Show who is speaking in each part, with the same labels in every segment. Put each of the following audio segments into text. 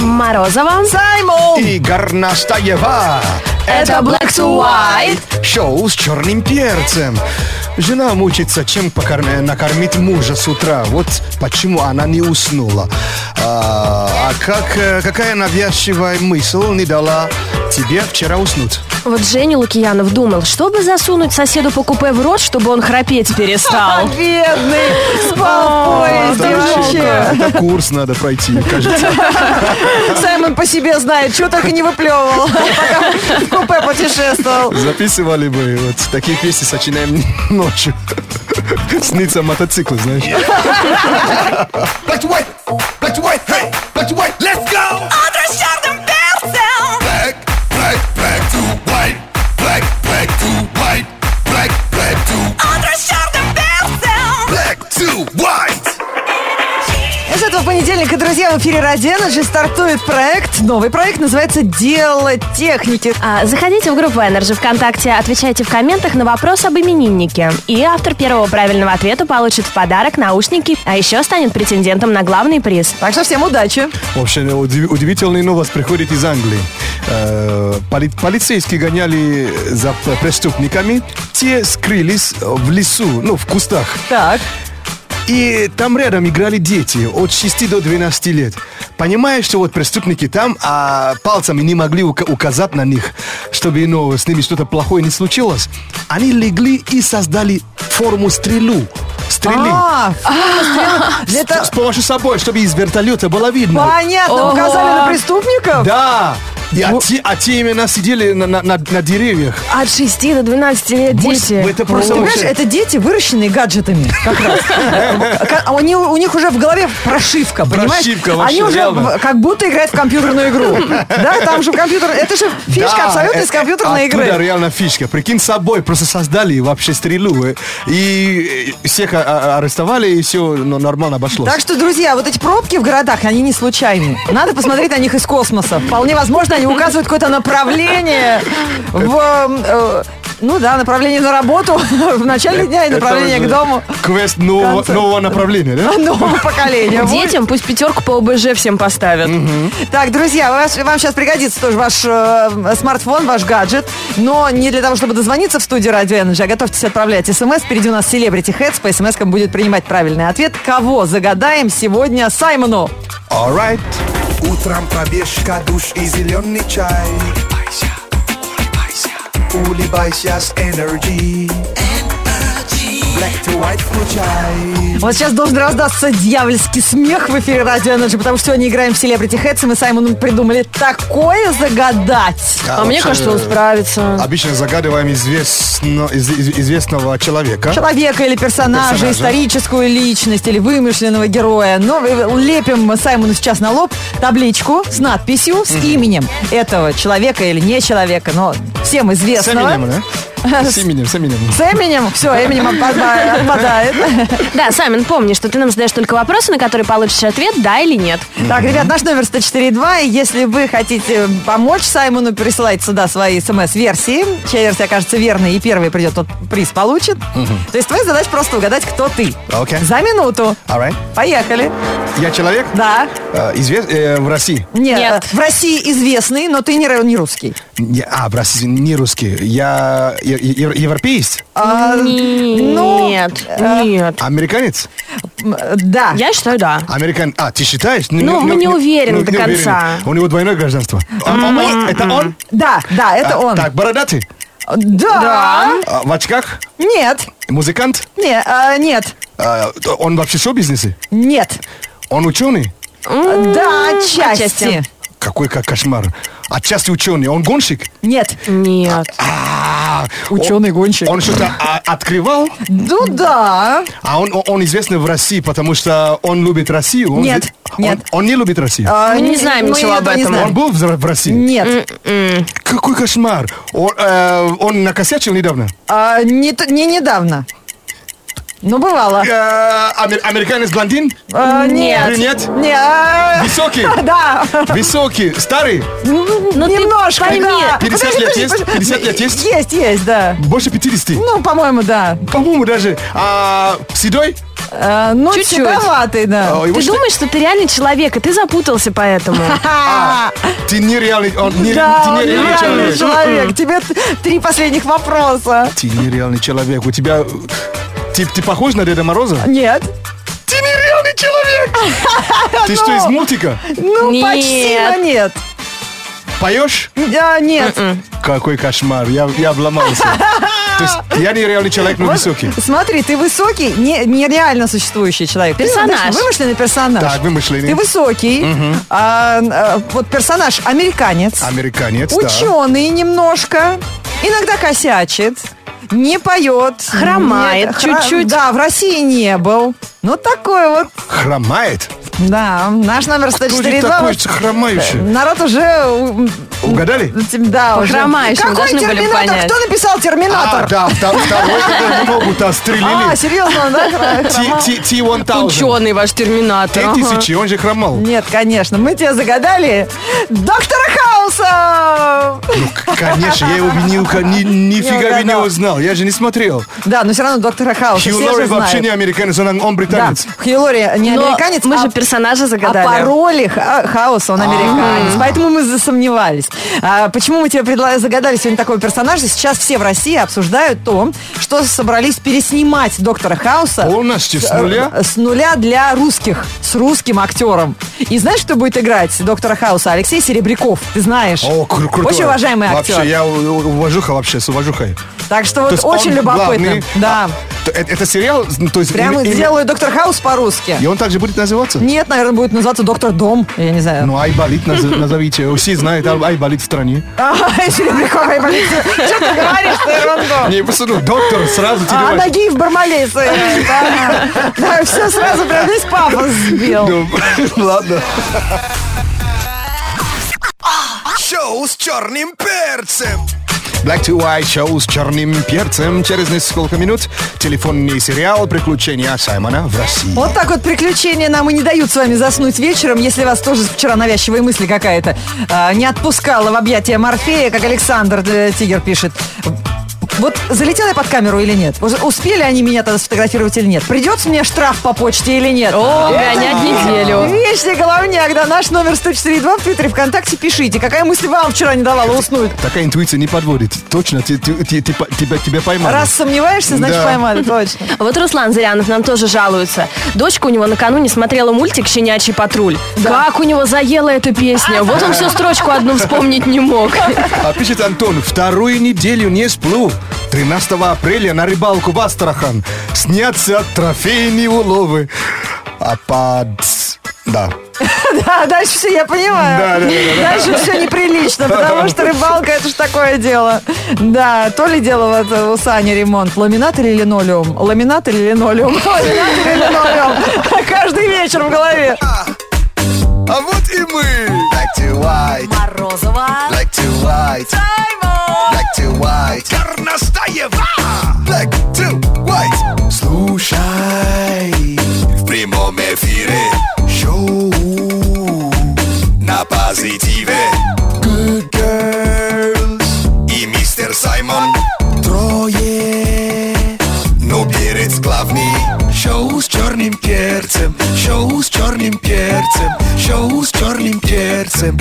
Speaker 1: Морозова.
Speaker 2: Саймон!
Speaker 3: и Горнастаева.
Speaker 1: Это Black to White.
Speaker 3: Шоу с черным перцем. Жена мучится, чем покорм- накормить мужа с утра. Вот почему она не уснула. А, а как, э, какая навязчивая мысль не дала тебе вчера уснуть?
Speaker 1: Вот Женя Лукьянов думал, чтобы засунуть соседу по купе в рот, чтобы он храпеть перестал. А,
Speaker 2: Бедный! Спал в поезде вообще.
Speaker 3: Это курс надо пройти, кажется.
Speaker 2: Саймон по себе знает, чего только не выплевывал, пока в купе путешествовал.
Speaker 3: Записывали бы, вот такие песни сочинаем ночью. Снится мотоцикл, знаешь.
Speaker 4: Black to white, black to white, hey, black to white, let's go. Утро с черным перцем. Black, black, black to white, black, black to white, black, black to. Утро с черным перцем. Black to white.
Speaker 2: С этого понедельника, друзья, в эфире Ради Energy стартует проект. Новый проект называется «Дело техники».
Speaker 1: А, Заходите в группу Energy ВКонтакте, отвечайте в комментах на вопрос об имениннике. И автор первого правильного ответа получит в подарок наушники, а еще станет претендентом на главный приз.
Speaker 2: Так что всем удачи.
Speaker 3: В общем, удив- удивительная новость приходит из Англии. Э, поли- полицейские гоняли за п- преступниками. Те скрылись в лесу, ну, в кустах.
Speaker 2: Так.
Speaker 3: И там рядом играли дети от 6 до 12 лет. Понимая, что вот преступники там, а пальцами не могли ука- указать на них, чтобы ну, с ними что-то плохое не случилось, они легли и создали форму стрелу. Стрелы.
Speaker 2: А, фу, стрел- это
Speaker 3: С помощью собой, чтобы из вертолета было видно.
Speaker 2: понятно, указали на
Speaker 1: Ого.
Speaker 2: преступников?
Speaker 3: Да! И,
Speaker 2: Ну.
Speaker 3: а, те, а те именно сидели на, на- на- на деревьях.
Speaker 1: От 6 до 12 лет
Speaker 3: Пусть-
Speaker 1: дети.
Speaker 3: Это
Speaker 2: Просто,
Speaker 3: просто
Speaker 2: понимаешь,
Speaker 3: вообще-
Speaker 2: это дети, выращенные гаджетами, как раз. А У них, у них уже в голове прошивка, понимаешь?
Speaker 3: Прошивка вообще,
Speaker 2: Они уже
Speaker 3: реально.
Speaker 2: в- как будто играют в компьютерную игру. Да, там же компьютер, это же фишка
Speaker 3: Да,
Speaker 2: абсолютно
Speaker 3: э,
Speaker 2: из компьютерной
Speaker 3: оттуда
Speaker 2: игры.
Speaker 3: реально фишка. Прикинь, с собой просто создали вообще стрелу. э, И э, всех а- а- арестовали, и все нормально обошлось.
Speaker 2: Так что, друзья, вот эти пробки в городах, они не случайны. Надо посмотреть на них из космоса. Вполне возможно, они указывают какое-то направление в... эм, э, Ну да, направление на работу в начале дня и
Speaker 3: Это
Speaker 2: направление
Speaker 3: уже
Speaker 2: к дому
Speaker 3: Квест нового,
Speaker 2: Концерт.
Speaker 3: нового направления, да?
Speaker 2: нового поколения. Вот.
Speaker 1: Детям пусть пятерку по ОБЖ всем поставят.
Speaker 2: Так, друзья, вас- вам сейчас пригодится тоже ваш э, смартфон, ваш гаджет, но не для того, чтобы дозвониться в студию Радио Energy, а готовьтесь отправлять смс. Впереди у нас Celebrity Heads. По смс -кам будет принимать правильный ответ. Кого загадаем сегодня Саймону?
Speaker 3: All right.
Speaker 4: Утром пробежка, душ и зеленый чай. Улыбайся, улыбайся, улыбайся с Energy. Black to white включай.
Speaker 2: Вот сейчас должен раздаться дьявольский смех в эфире Радио Energy, потому что сегодня играем в Celebrity Heads, и мы с Саймоном придумали такое загадать.
Speaker 1: А, мне кажется,
Speaker 3: э,
Speaker 1: он справится.
Speaker 3: Обычно загадываем известно- из- из- известного человека.
Speaker 2: Человека или персонажа,
Speaker 3: Персонажа.
Speaker 2: историческую личность или вымышленного героя. Но э, лепим мы Саймону сейчас на лоб табличку с надписью, с именем этого человека или не человека, но всем
Speaker 3: С
Speaker 2: известного.
Speaker 3: именем, да? С именем, с именем.
Speaker 2: С именем, все, именем отпада- отпадает.
Speaker 1: Да, Саймон, помни, что ты нам задаешь только вопросы, на которые получишь ответ, да или нет.
Speaker 2: Так, ребят, наш номер 104.2. И Если вы хотите помочь Саймону, присылайте сюда свои смс-версии. Чья версия окажется верной и первый придет, тот приз получит. То есть твоя задача просто угадать, кто ты.
Speaker 3: Окей.
Speaker 2: За минуту.
Speaker 3: All right.
Speaker 2: Поехали.
Speaker 3: Я человек
Speaker 2: Да.
Speaker 3: э, извест- э, в России.
Speaker 2: Нет,
Speaker 1: Нет.
Speaker 2: э, в России известный, но ты не, ру- не русский.
Speaker 3: Я- а, в России не русский. Я е- е- европеец,
Speaker 2: А, ну,
Speaker 1: Нет, нет.
Speaker 3: американец.
Speaker 2: м, э, да.
Speaker 1: э, Я считаю, да.
Speaker 3: Американ... А, ты считаешь?
Speaker 1: Ну, мы не уверены до
Speaker 3: уверены.
Speaker 1: конца.
Speaker 3: У него двойное гражданство. А, а он- это он?
Speaker 2: Да, да, это
Speaker 3: А,
Speaker 2: он.
Speaker 3: Так, бородатый?
Speaker 2: Да.
Speaker 1: Да.
Speaker 3: А, в очках?
Speaker 2: Нет.
Speaker 3: Музыкант?
Speaker 2: Не, а, нет.
Speaker 3: А, он вообще в шоу-бизнесе?
Speaker 2: Нет.
Speaker 3: Он ученый?
Speaker 2: Да, отчасти.
Speaker 1: отчасти.
Speaker 3: Какой как кошмар. Отчасти ученый. Он гонщик?
Speaker 2: Нет.
Speaker 1: Нет.
Speaker 3: А,
Speaker 2: Ученый-гонщик.
Speaker 3: Он что-то а, открывал?
Speaker 2: Ну да.
Speaker 3: А он, он, он известный в России, потому что он любит Россию. Он
Speaker 2: Нет,
Speaker 3: ведь-
Speaker 2: нет.
Speaker 3: Он, он не любит Россию.
Speaker 2: А,
Speaker 1: Мы не
Speaker 2: н-
Speaker 1: знаем
Speaker 2: мы
Speaker 1: ничего об
Speaker 2: этого не
Speaker 1: этом.
Speaker 2: знаем.
Speaker 3: Он был в, в России?
Speaker 2: Нет.
Speaker 3: Какой кошмар. Он, э, он накосячил недавно?
Speaker 2: А, не, т- не недавно. Ну, бывало.
Speaker 3: Э, амер- американец-блондин?
Speaker 2: А, нет.
Speaker 3: Нет.
Speaker 2: Не, а,
Speaker 3: Высокий?
Speaker 2: Да.
Speaker 3: Высокий, старый,
Speaker 1: Ну, ты
Speaker 2: Немножко,
Speaker 1: пойми.
Speaker 2: да.
Speaker 3: 50
Speaker 2: Подожди,
Speaker 3: лет
Speaker 2: подожди,
Speaker 3: есть?
Speaker 2: подожди.
Speaker 3: 50 лет есть?
Speaker 2: Есть, есть, да.
Speaker 3: больше 50.
Speaker 2: Ну, по-моему, да.
Speaker 3: По-моему, даже. А, седой?
Speaker 2: Э, ну,
Speaker 1: Чуть-чуть.
Speaker 2: седоватый, да.
Speaker 3: А, его
Speaker 1: Ты
Speaker 3: что-
Speaker 1: думаешь, что ты реальный человек, и ты запутался поэтому.
Speaker 2: А,
Speaker 3: Ты нереальный, он не-
Speaker 2: Да,
Speaker 3: ты
Speaker 2: он
Speaker 3: нереальный
Speaker 2: реальный
Speaker 3: человек.
Speaker 2: человек. Тебе т- три последних вопроса.
Speaker 3: Ты нереальный человек. У тебя... э, Ты, ты похож на Деда Мороза?
Speaker 2: Нет.
Speaker 3: Ты нереальный человек! Ты что, из мультика?
Speaker 2: Ну, почти,
Speaker 1: Нет. М-м.
Speaker 2: но нет.
Speaker 3: Поешь?
Speaker 2: Да, нет.
Speaker 3: Какой кошмар, я, я обломался. То есть я нереальный человек, но
Speaker 2: Вот
Speaker 3: высокий.
Speaker 2: Смотри, ты высокий, не, нереально существующий человек. Ты
Speaker 1: Персонаж.
Speaker 2: знаешь, Вымышленный персонаж.
Speaker 3: Так, вымышленный.
Speaker 2: Ты высокий. а, а, вот персонаж американец.
Speaker 3: Американец, да.
Speaker 2: Ученый немножко. Иногда косячит. Не поет.
Speaker 1: Хромает
Speaker 2: нет,
Speaker 1: чуть-чуть.
Speaker 2: Да, в России не был. Ну, такой вот.
Speaker 3: Хромает?
Speaker 2: Да, наш номер
Speaker 3: Кто же
Speaker 2: 142.
Speaker 3: такой хромающий?
Speaker 2: Народ уже... у-
Speaker 3: Угадали?
Speaker 2: Да, уже.
Speaker 1: Хромающего
Speaker 2: Какой
Speaker 1: должны были
Speaker 2: терминатор?
Speaker 1: понять.
Speaker 2: Кто написал терминатор?
Speaker 3: А, да, вта- второй, который в ногу-то
Speaker 2: А,
Speaker 3: стрелили.
Speaker 2: серьезно, да?
Speaker 3: Ти- ти- T-1000.
Speaker 1: Ученый ваш терминатор. ага.
Speaker 3: Т-1000, он же хромал.
Speaker 2: Нет, конечно, мы тебя загадали. Доктора Хауса!
Speaker 3: Ну, к- конечно, я его ни, ука- ни- нифига не
Speaker 2: угадал.
Speaker 3: узнал, я же не смотрел.
Speaker 2: Да, но все равно доктора Хауса.
Speaker 3: Хью
Speaker 2: все
Speaker 3: Лори
Speaker 2: же
Speaker 3: вообще
Speaker 2: знают.
Speaker 3: не американец, он, он
Speaker 2: Да,
Speaker 3: британец.
Speaker 2: Хью Лори не
Speaker 1: Но
Speaker 2: американец,
Speaker 1: мы
Speaker 2: а-
Speaker 1: же персонажа загадали. А.
Speaker 2: А по роли Ха- Хауса он американец. Поэтому мы засомневались. А почему мы тебе предла- загадали сегодня такого персонажа? Сейчас все в России обсуждают то, что собрались переснимать доктора Хауса.
Speaker 3: Полностью, с
Speaker 2: э,
Speaker 3: нуля?
Speaker 2: С нуля для русских. С русским актером. И знаешь, кто будет играть доктора Хауса? Алексей Серебряков. Ты знаешь.
Speaker 3: О, кру- крутой.
Speaker 2: Очень уважаемый актер.
Speaker 3: Вообще, я у- у- уважуха вообще, с уважухой.
Speaker 2: Так что
Speaker 3: То
Speaker 2: вот
Speaker 3: есть
Speaker 2: очень
Speaker 3: он
Speaker 2: любопытно.
Speaker 3: главный,
Speaker 2: Да.
Speaker 3: а, то Это, это сериал, то есть...
Speaker 2: Прямо
Speaker 3: им- им-
Speaker 2: сделаю доктор Хаус по-русски.
Speaker 3: И он также будет называться?
Speaker 2: Нет, наверное, будет называться доктор Дом. Я не знаю.
Speaker 3: Ну, Айболит наз- назовите. Все знают Ай- Айболит в стране.
Speaker 2: Ага, Серебряков, я болею. Что ты говоришь, ты ерунду?
Speaker 3: Не, просто, ну, доктор сразу тебе...
Speaker 2: А
Speaker 3: вообще-
Speaker 2: Нагиев Бармалей. Да, все сразу прям весь папа сбил.
Speaker 3: Ну, Ладно.
Speaker 4: Шоу с черным перцем.
Speaker 3: Black to White шоу с черным перцем. Через несколько минут телефонный сериал «Приключения Саймона в России».
Speaker 2: Вот так вот приключения нам и не дают с вами заснуть вечером, если вас тоже вчера навязчивая мысль какая-то а, не отпускала в объятия Морфея, как Александр э, Тигр пишет. Вот залетела я под камеру или нет? Уже Успели они меня тогда сфотографировать или нет? Придется мне штраф по почте или нет?
Speaker 1: О,
Speaker 2: Это
Speaker 1: гонять неделю.
Speaker 2: Вечный головняк, да, наш номер 104.2 в Твиттере, ВКонтакте, пишите. Какая мысль вам вчера не давала уснуть?
Speaker 3: Такая интуиция не подводит. Точно, ты- ты- ты- ты по- тебя, тебя поймали.
Speaker 2: Раз сомневаешься, значит
Speaker 3: Да.
Speaker 2: поймали, точно.
Speaker 1: Вот Руслан Зырянов нам тоже жалуется. Дочка у него накануне смотрела мультик «Щенячий патруль». Как у него заела эта песня. Вот он всю строчку одну вспомнить не мог.
Speaker 3: А пишет Антон, вторую неделю не сплю. 13 апреля на рыбалку в Астрахан снятся трофейные уловы. А под... Да.
Speaker 2: Да, дальше все, я понимаю.
Speaker 3: Да, да,
Speaker 2: Дальше все неприлично, потому что рыбалка это же такое дело. Да, то ли дело вот у Сани ремонт. Ламинат или линолеум? Ламинат или линолеум? Ламинат или линолеум? Каждый вечер в голове.
Speaker 4: А вот и мы. Black to white. Black to white. Black to white. Горностаева. Black to white. Слушай. В прямом эфире. Шоу. На позитиве. Good girls. И мистер Саймон. Трое. Но перец главный. Шоу с черным перцем. Шоу с черным перцем. Шоу с черным перцем.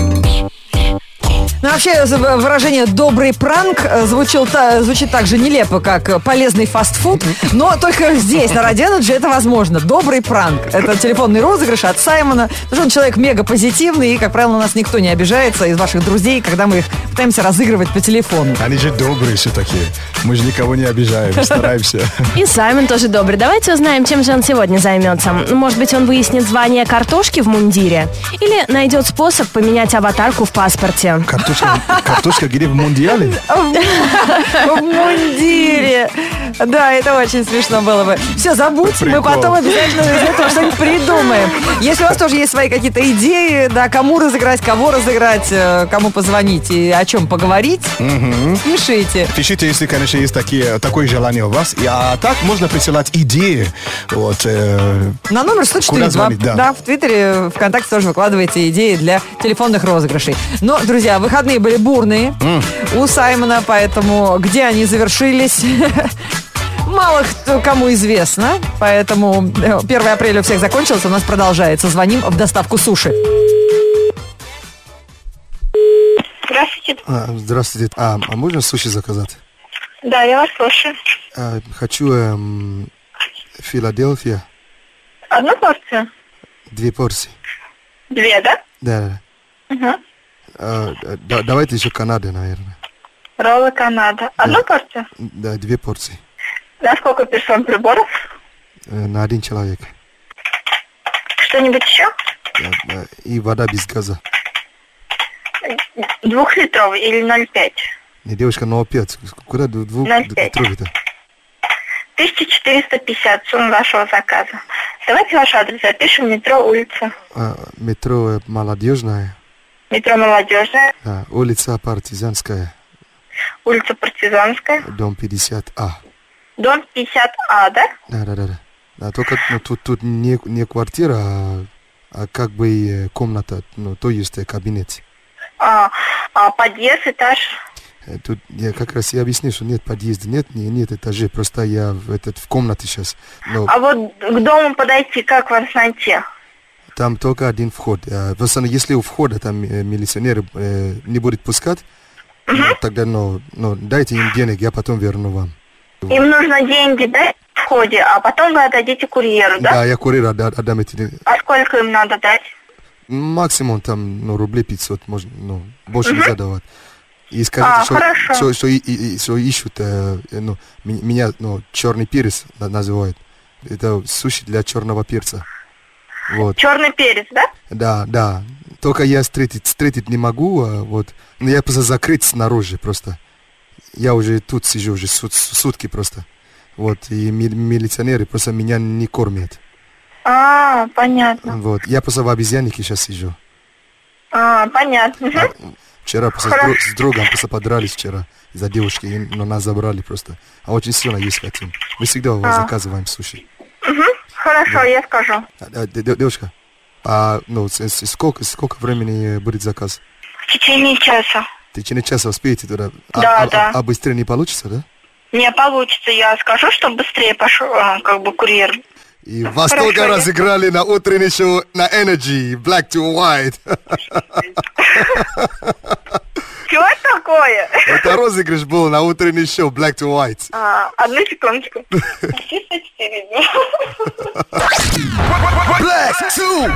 Speaker 2: Ну, вообще, за- выражение «добрый пранк» э, звучил, та- звучит так же нелепо, как э, «полезный фастфуд», но только здесь, на Радио-Энерджи, это возможно. «Добрый пранк» — это телефонный розыгрыш от Саймона, потому что он человек мега позитивный, и, как правило, на нас никто не обижается из ваших друзей, когда мы их пытаемся разыгрывать по телефону.
Speaker 3: Они же добрые все такие. Мы же никого не обижаем, стараемся.
Speaker 1: И Саймон тоже добрый. Давайте узнаем, чем же он сегодня займется. Ну, Может быть, он выяснит звание картошки в мундире? Или найдет способ поменять аватарку в паспорте?
Speaker 3: Картошка, картошка где в мундиале?
Speaker 2: В мундире! Да, это очень смешно было бы. Все, забудь, мы
Speaker 3: Прикол.
Speaker 2: потом обязательно из этого что-нибудь придумаем. Если у вас тоже есть свои какие-то идеи, да, кому разыграть, кого разыграть, э, кому позвонить и о чем поговорить, пишите.
Speaker 3: Пишите, если, конечно, есть такие, такое желание у вас. И, а так можно присылать идеи. Вот, э,
Speaker 2: На номер
Speaker 3: Куда
Speaker 2: 104
Speaker 3: звонить, да.
Speaker 2: в Твиттере, ВКонтакте тоже выкладываете идеи для телефонных розыгрышей. Но, друзья, выходные были бурные у Саймона, поэтому где они завершились? Мы мало кто- кому известно, поэтому э, 1 апреля у всех закончился, у нас продолжается. Звоним в доставку суши.
Speaker 5: Здравствуйте.
Speaker 6: А, здравствуйте. А, а можно суши заказать?
Speaker 5: Да, я вас слушаю.
Speaker 6: А, хочу эм, Филадельфия,
Speaker 5: Одну порцию?
Speaker 6: две порции.
Speaker 5: Две, да?
Speaker 6: Да.
Speaker 5: Угу.
Speaker 6: А, да- давайте еще Канада, наверное.
Speaker 5: Роллы Канада. Одну порцию?
Speaker 6: Да, две порции
Speaker 5: На сколько персон приборов?
Speaker 6: э, на один человек.
Speaker 5: Что-нибудь еще?
Speaker 6: Э, э, И вода без газа.
Speaker 5: Двухлитровый или 0,5?
Speaker 6: Не девушка, но опять. Куда ду- двух
Speaker 5: Ноль пять.
Speaker 6: трубит?
Speaker 5: 1450 сумма вашего заказа. Давайте ваш адрес запишем. Метро улица.
Speaker 6: Метро э, Молодежная,
Speaker 5: Метро Молодежная,
Speaker 6: да, улица Партизанская,
Speaker 5: улица Партизанская,
Speaker 6: дом 50А.
Speaker 5: дом 50А, да?
Speaker 6: Да, да, да. да. Да, только ну, тут, тут не, не квартира, а, а как бы э, комната, ну, то есть э, кабинет.
Speaker 5: А, а, подъезд, этаж.
Speaker 6: Э, Тут я как раз и объяснил, что нет подъезда, нет, не- нет этажей, просто я в, этот, в комнате сейчас. Но
Speaker 5: А вот к дому подойти, как вас найти?
Speaker 6: там только один вход. Э, Просто ну, если у входа там э, милиционеры э, не будут пускать, ну, тогда ну, ну, дайте им денег, я потом верну вам.
Speaker 5: Им нужно деньги дать в входе, а потом вы отдадите курьеру, да?
Speaker 6: я курьер отда- отдам эти деньги.
Speaker 5: А сколько им надо дать?
Speaker 6: Максимум там, ну, рублей 500, можно, ну, больше нельзя давать. И скажите,
Speaker 5: А,
Speaker 6: что,
Speaker 5: хорошо.
Speaker 6: что- что и- и- и- что ищут, э, э, ну, ми- меня, ну, черный перец на- называют. Это суши для черного перца. Вот,
Speaker 5: Черный перец, да?
Speaker 6: да, да. Только я встретить, встретить не могу, а, вот. Но я просто закрыт снаружи просто. Я уже тут сижу уже сут- сутки просто. Вот, и ми- милиционеры просто меня не кормят.
Speaker 5: А, понятно.
Speaker 6: Вот, я просто в обезьяннике сейчас сижу.
Speaker 5: А, понятно. Мгм.
Speaker 6: Вчера просто с, дру- с другом просто подрались вчера из-за девушки, и- но нас забрали просто. А очень сильно есть хотим. Мы всегда у вас
Speaker 5: А.
Speaker 6: заказываем суши.
Speaker 5: Хорошо, я скажу.
Speaker 6: А, а, де- де- девушка, а ну с- с- сколько, сколько времени будет заказ?
Speaker 5: В течение часа.
Speaker 6: В течение часа успеете туда? А,
Speaker 5: Да,
Speaker 6: а-
Speaker 5: да.
Speaker 6: а быстрее не получится, да?
Speaker 5: Не получится, я скажу, чтобы быстрее пошел, а, как бы курьер.
Speaker 6: И вас
Speaker 5: Хорошо,
Speaker 6: только
Speaker 5: я-
Speaker 6: разыграли на утреннее шоу на Energy, Black to White.
Speaker 5: Чего такое?
Speaker 6: Это розыгрыш был на утреннее шоу Black to White.
Speaker 5: А, одну секундочку. Чисто четыре дня.
Speaker 6: Black to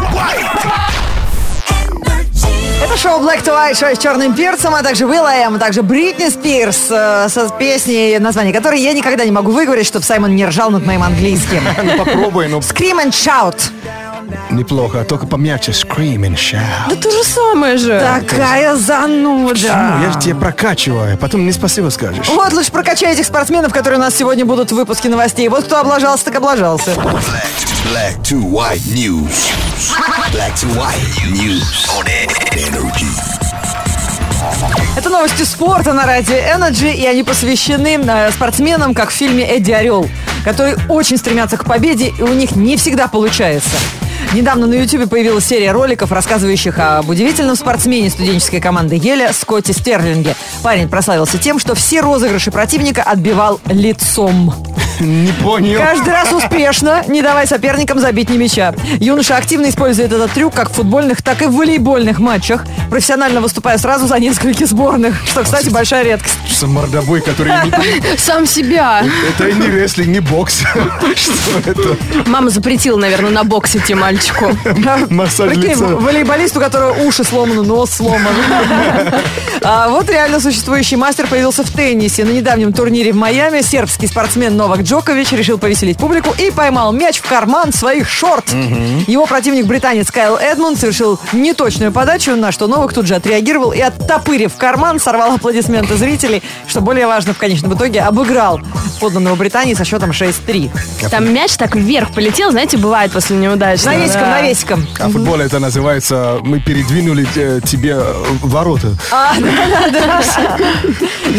Speaker 2: Это шоу Black to White, шоу с черным перцем, а также Will I Am, а также Бритни Спирс э, с песней, название которой я никогда не могу выговорить, чтобы Саймон не ржал над моим английским.
Speaker 6: А ну Попробуй, но...
Speaker 2: Scream and Shout.
Speaker 6: Неплохо, только помягче. Scream and shout.
Speaker 1: Да то же самое же.
Speaker 2: Такая зануда.
Speaker 6: Ну, Я же тебе прокачиваю, а потом мне спасибо скажешь.
Speaker 2: Вот лучше прокачай этих спортсменов, которые у нас сегодня будут в выпуске новостей. Вот кто облажался, так облажался.
Speaker 4: Black to white news. Black to white news on energy.
Speaker 2: Это новости спорта на радио Energy, и они посвящены э, спортсменам, как в фильме «Эдди Орел», которые очень стремятся к победе, и у них не всегда получается. Недавно на YouTube появилась серия роликов, рассказывающих об удивительном спортсмене студенческой команды Еля Скотте Стерлинге. Парень прославился тем, что все розыгрыши противника отбивал лицом.
Speaker 6: Не понял.
Speaker 2: Каждый раз успешно, не давая соперникам забить ни мяча. Юноша активно использует этот трюк как в футбольных, так и в волейбольных матчах, профессионально выступая сразу за несколько сборных, что, кстати, большая редкость.
Speaker 6: Что за мордобой, который... не-
Speaker 1: Сам себя.
Speaker 6: Это и не рестлинг, не бокс. Что это?
Speaker 1: Мама запретила, наверное, на бокс идти мальчику.
Speaker 6: Массаж
Speaker 2: Прикинь,
Speaker 6: лица.
Speaker 2: волейболист, у которого уши сломаны, нос сломан. А вот реально существующий мастер появился в теннисе. На недавнем турнире в Майами сербский спортсмен Новак Джокович решил повеселить публику и поймал мяч в карман своих шорт. Его противник британец Кайл Эдмунд совершил неточную подачу, на что Новак тут же отреагировал и, оттопырив карман, сорвал аплодисменты зрителей, что более важно, в конечном итоге обыграл подданного Британии со счетом 6-3.
Speaker 1: Там мяч так вверх полетел, знаете, бывает после неудачи.
Speaker 2: Навесиком, навесиком.
Speaker 6: А в футболе это называется, мы передвинули э, тебе э, ворота.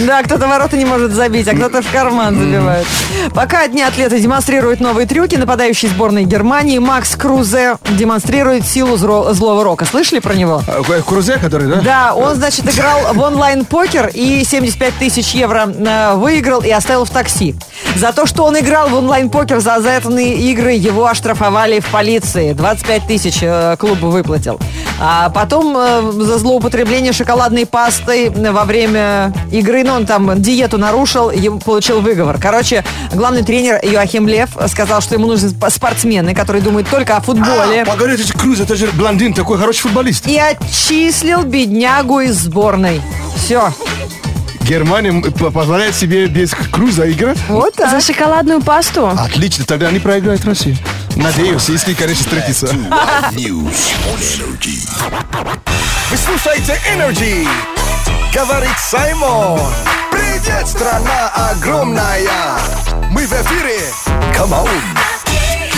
Speaker 2: Да, кто-то ворота не может забить, а кто-то в карман забивает. Пока одни атлеты демонстрируют новые трюки, нападающий сборной Германии Макс Крузе демонстрирует силу зро- злого рока. Слышали про него?
Speaker 3: А, э, Крузе, который, да?
Speaker 2: Да, он, значит, играл в онлайн-покер и 75 тысяч евро э, выиграл и оставил в такси. За то, что он играл в онлайн-покер за заятные игры, его оштрафовали в полиции. 25 тысяч э, клубу выплатил. А потом э, за злоупотребление шоколадной пастой э, во время игры, ну, он там диету нарушил, ему получил выговор. Короче, главный тренер Йоахим Лев сказал, что ему нужны сп- спортсмены, которые думают только о футболе.
Speaker 3: А, погоди, это же Круз, это же блондин, такой хороший футболист.
Speaker 2: И отчислил беднягу из сборной. Все.
Speaker 3: Германия
Speaker 6: э,
Speaker 3: м, п- позволяет себе без Круза играть?
Speaker 2: Вот так.
Speaker 1: За шоколадную пасту?
Speaker 3: Отлично, тогда они проиграют России. Надеюсь, если, конечно, встретиться.
Speaker 4: News on Energy. Вы слушаете Energy. Говорит Саймон. Привет, страна огромная. Мы в эфире. Come on.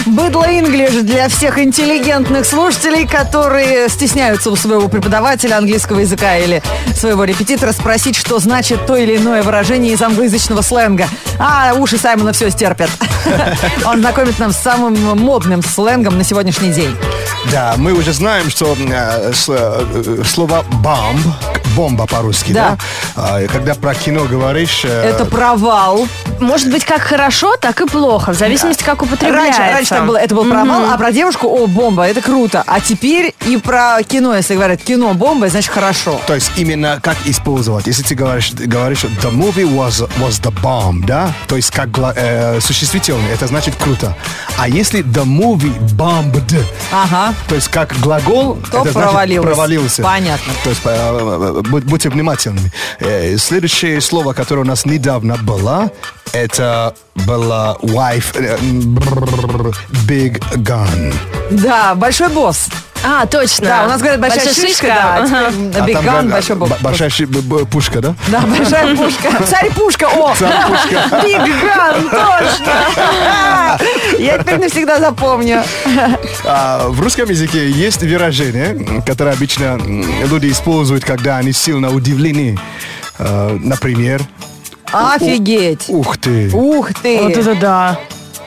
Speaker 2: Быдло инглиш для всех интеллигентных слушателей, которые стесняются у своего преподавателя английского языка или своего репетитора спросить, что значит то или иное выражение из англоязычного сленга. А уши Саймона все стерпят. Он знакомит нам с самым модным сленгом на сегодняшний день.
Speaker 3: Да, мы уже знаем, что э, с- э, слово «бомб», бомба по-русски, да?
Speaker 2: Да.
Speaker 3: А, и когда про кино говоришь... э,
Speaker 2: Это провал.
Speaker 1: Может быть, как хорошо, так и плохо, в зависимости, как употребляется.
Speaker 2: Раньше, раньше так было, это был провал, а про девушку, о, бомба, это круто. А теперь и про кино, если говорят кино, бомба, значит хорошо.
Speaker 3: То есть именно как использовать. Если ты говоришь, говоришь the movie was, was the bomb, да? То есть как гла- э, существительный, это значит круто. А если the movie bombed,
Speaker 2: Ага.
Speaker 3: то есть как глагол,
Speaker 2: То
Speaker 3: это значит
Speaker 2: провалилось.
Speaker 3: провалился.
Speaker 2: Понятно.
Speaker 3: То есть э, э, будь- будьте внимательны. Э, Следующее слово, которое у нас недавно было, это была wife, э, м, брррр, big gun.
Speaker 2: Да, большой босс.
Speaker 1: А, точно.
Speaker 2: Да, у нас говорят большая, шишка, да.
Speaker 1: Ага.
Speaker 2: теперь, м,
Speaker 3: А
Speaker 2: Big
Speaker 3: там,
Speaker 2: Gun,
Speaker 3: э,
Speaker 2: большой
Speaker 3: б-
Speaker 2: бог.
Speaker 3: большая ши- б- б- пушка, да?
Speaker 2: Да, большая пушка. Царь пушка, о!
Speaker 3: Царь пушка.
Speaker 2: Big Gun, точно! Я теперь навсегда запомню.
Speaker 3: А, в русском языке есть выражение, которое обычно м, люди используют, когда они сильно удивлены. А, например,
Speaker 2: Офигеть!
Speaker 3: ух ты.
Speaker 2: Ух
Speaker 1: Вот
Speaker 2: ты!
Speaker 1: это да.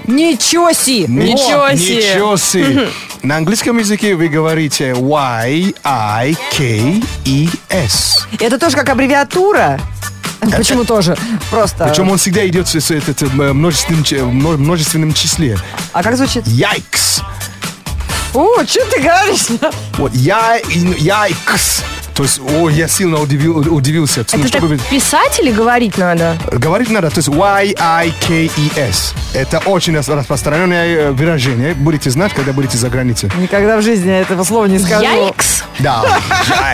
Speaker 2: Ничего си!
Speaker 1: Ничего
Speaker 3: О,
Speaker 1: себе.
Speaker 3: Ничего себе. На английском языке вы говорите Y, I, K, E, S.
Speaker 2: Это тоже как аббревиатура.
Speaker 3: Э,
Speaker 2: Почему тоже? Просто.
Speaker 3: Причем он всегда идет с, с- этот, э, множественным, чи- мно- множественном числе.
Speaker 2: А как звучит?
Speaker 3: Yikes.
Speaker 2: О, что ты говоришь?
Speaker 3: Вот я, yikes. То есть, о, я сильно удивил- удивился. Ну,
Speaker 1: Это
Speaker 3: что вы-
Speaker 1: так писать или говорить надо?
Speaker 3: Говорить надо, то есть Y-I-K-E-S. E Это очень рас- распространенное э, выражение. Будете знать, когда будете за границей.
Speaker 2: Никогда в жизни я этого слова не скажу.
Speaker 1: Яйкс?
Speaker 3: Да.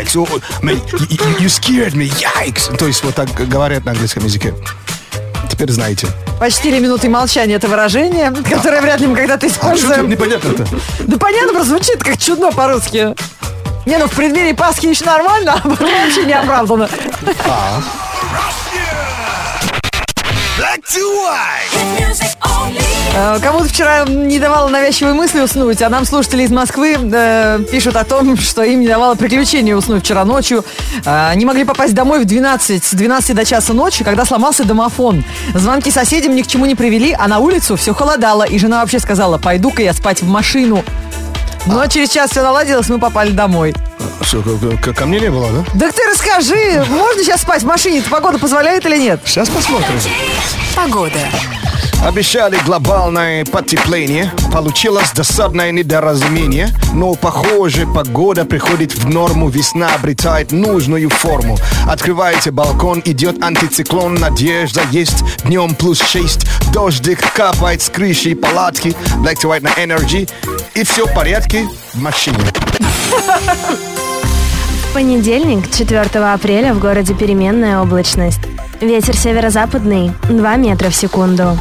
Speaker 3: Yikes. О, о, man, you- you scared me. Yikes. То есть вот так говорят на английском языке. Теперь знаете.
Speaker 2: Почти ли минуты молчания это выражение, которое вряд ли мы когда-то
Speaker 3: А что тут
Speaker 2: используем.
Speaker 3: непонятно-то?
Speaker 2: Да понятно, просто звучит как чудно по-русски. Не, ну в преддверии Пасхи еще нормально, а потом вообще не оправдано.
Speaker 4: Black to white.
Speaker 2: Э, Кому-то вчера не давало навязчивой мысли уснуть, а нам слушатели из Москвы э, пишут о том, что им не давало приключения уснуть вчера ночью. Э, не могли попасть домой в 12, с 12 до часа ночи, когда сломался домофон. Звонки соседям ни к чему не привели, а на улицу все холодало, и жена вообще сказала, пойду-ка я спать в машину. Но Ну, а через час все наладилось, мы попали домой.
Speaker 3: Что, ко- ко- ко мне не было, да?
Speaker 2: Так ты расскажи, можно сейчас спать в машине? Погода позволяет или нет?
Speaker 3: Сейчас посмотрим.
Speaker 7: Погода.
Speaker 3: Обещали глобальное потепление, получилось досадное недоразумение, но, похоже, погода приходит в норму, весна обретает нужную форму. Открываете балкон, идет антициклон, надежда есть, днем плюс 6, дождик капает с крыши палатки, black to white на energy, и все в порядке в машине.
Speaker 1: В понедельник, 4 апреля, в городе переменная облачность. Ветер северо-западный 2 метра в секунду.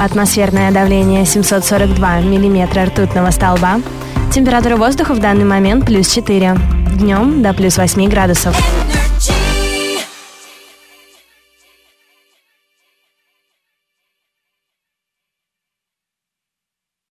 Speaker 1: Атмосферное давление 742 миллиметра ртутного столба. Температура воздуха в данный момент плюс 4. Днем до плюс 8 градусов.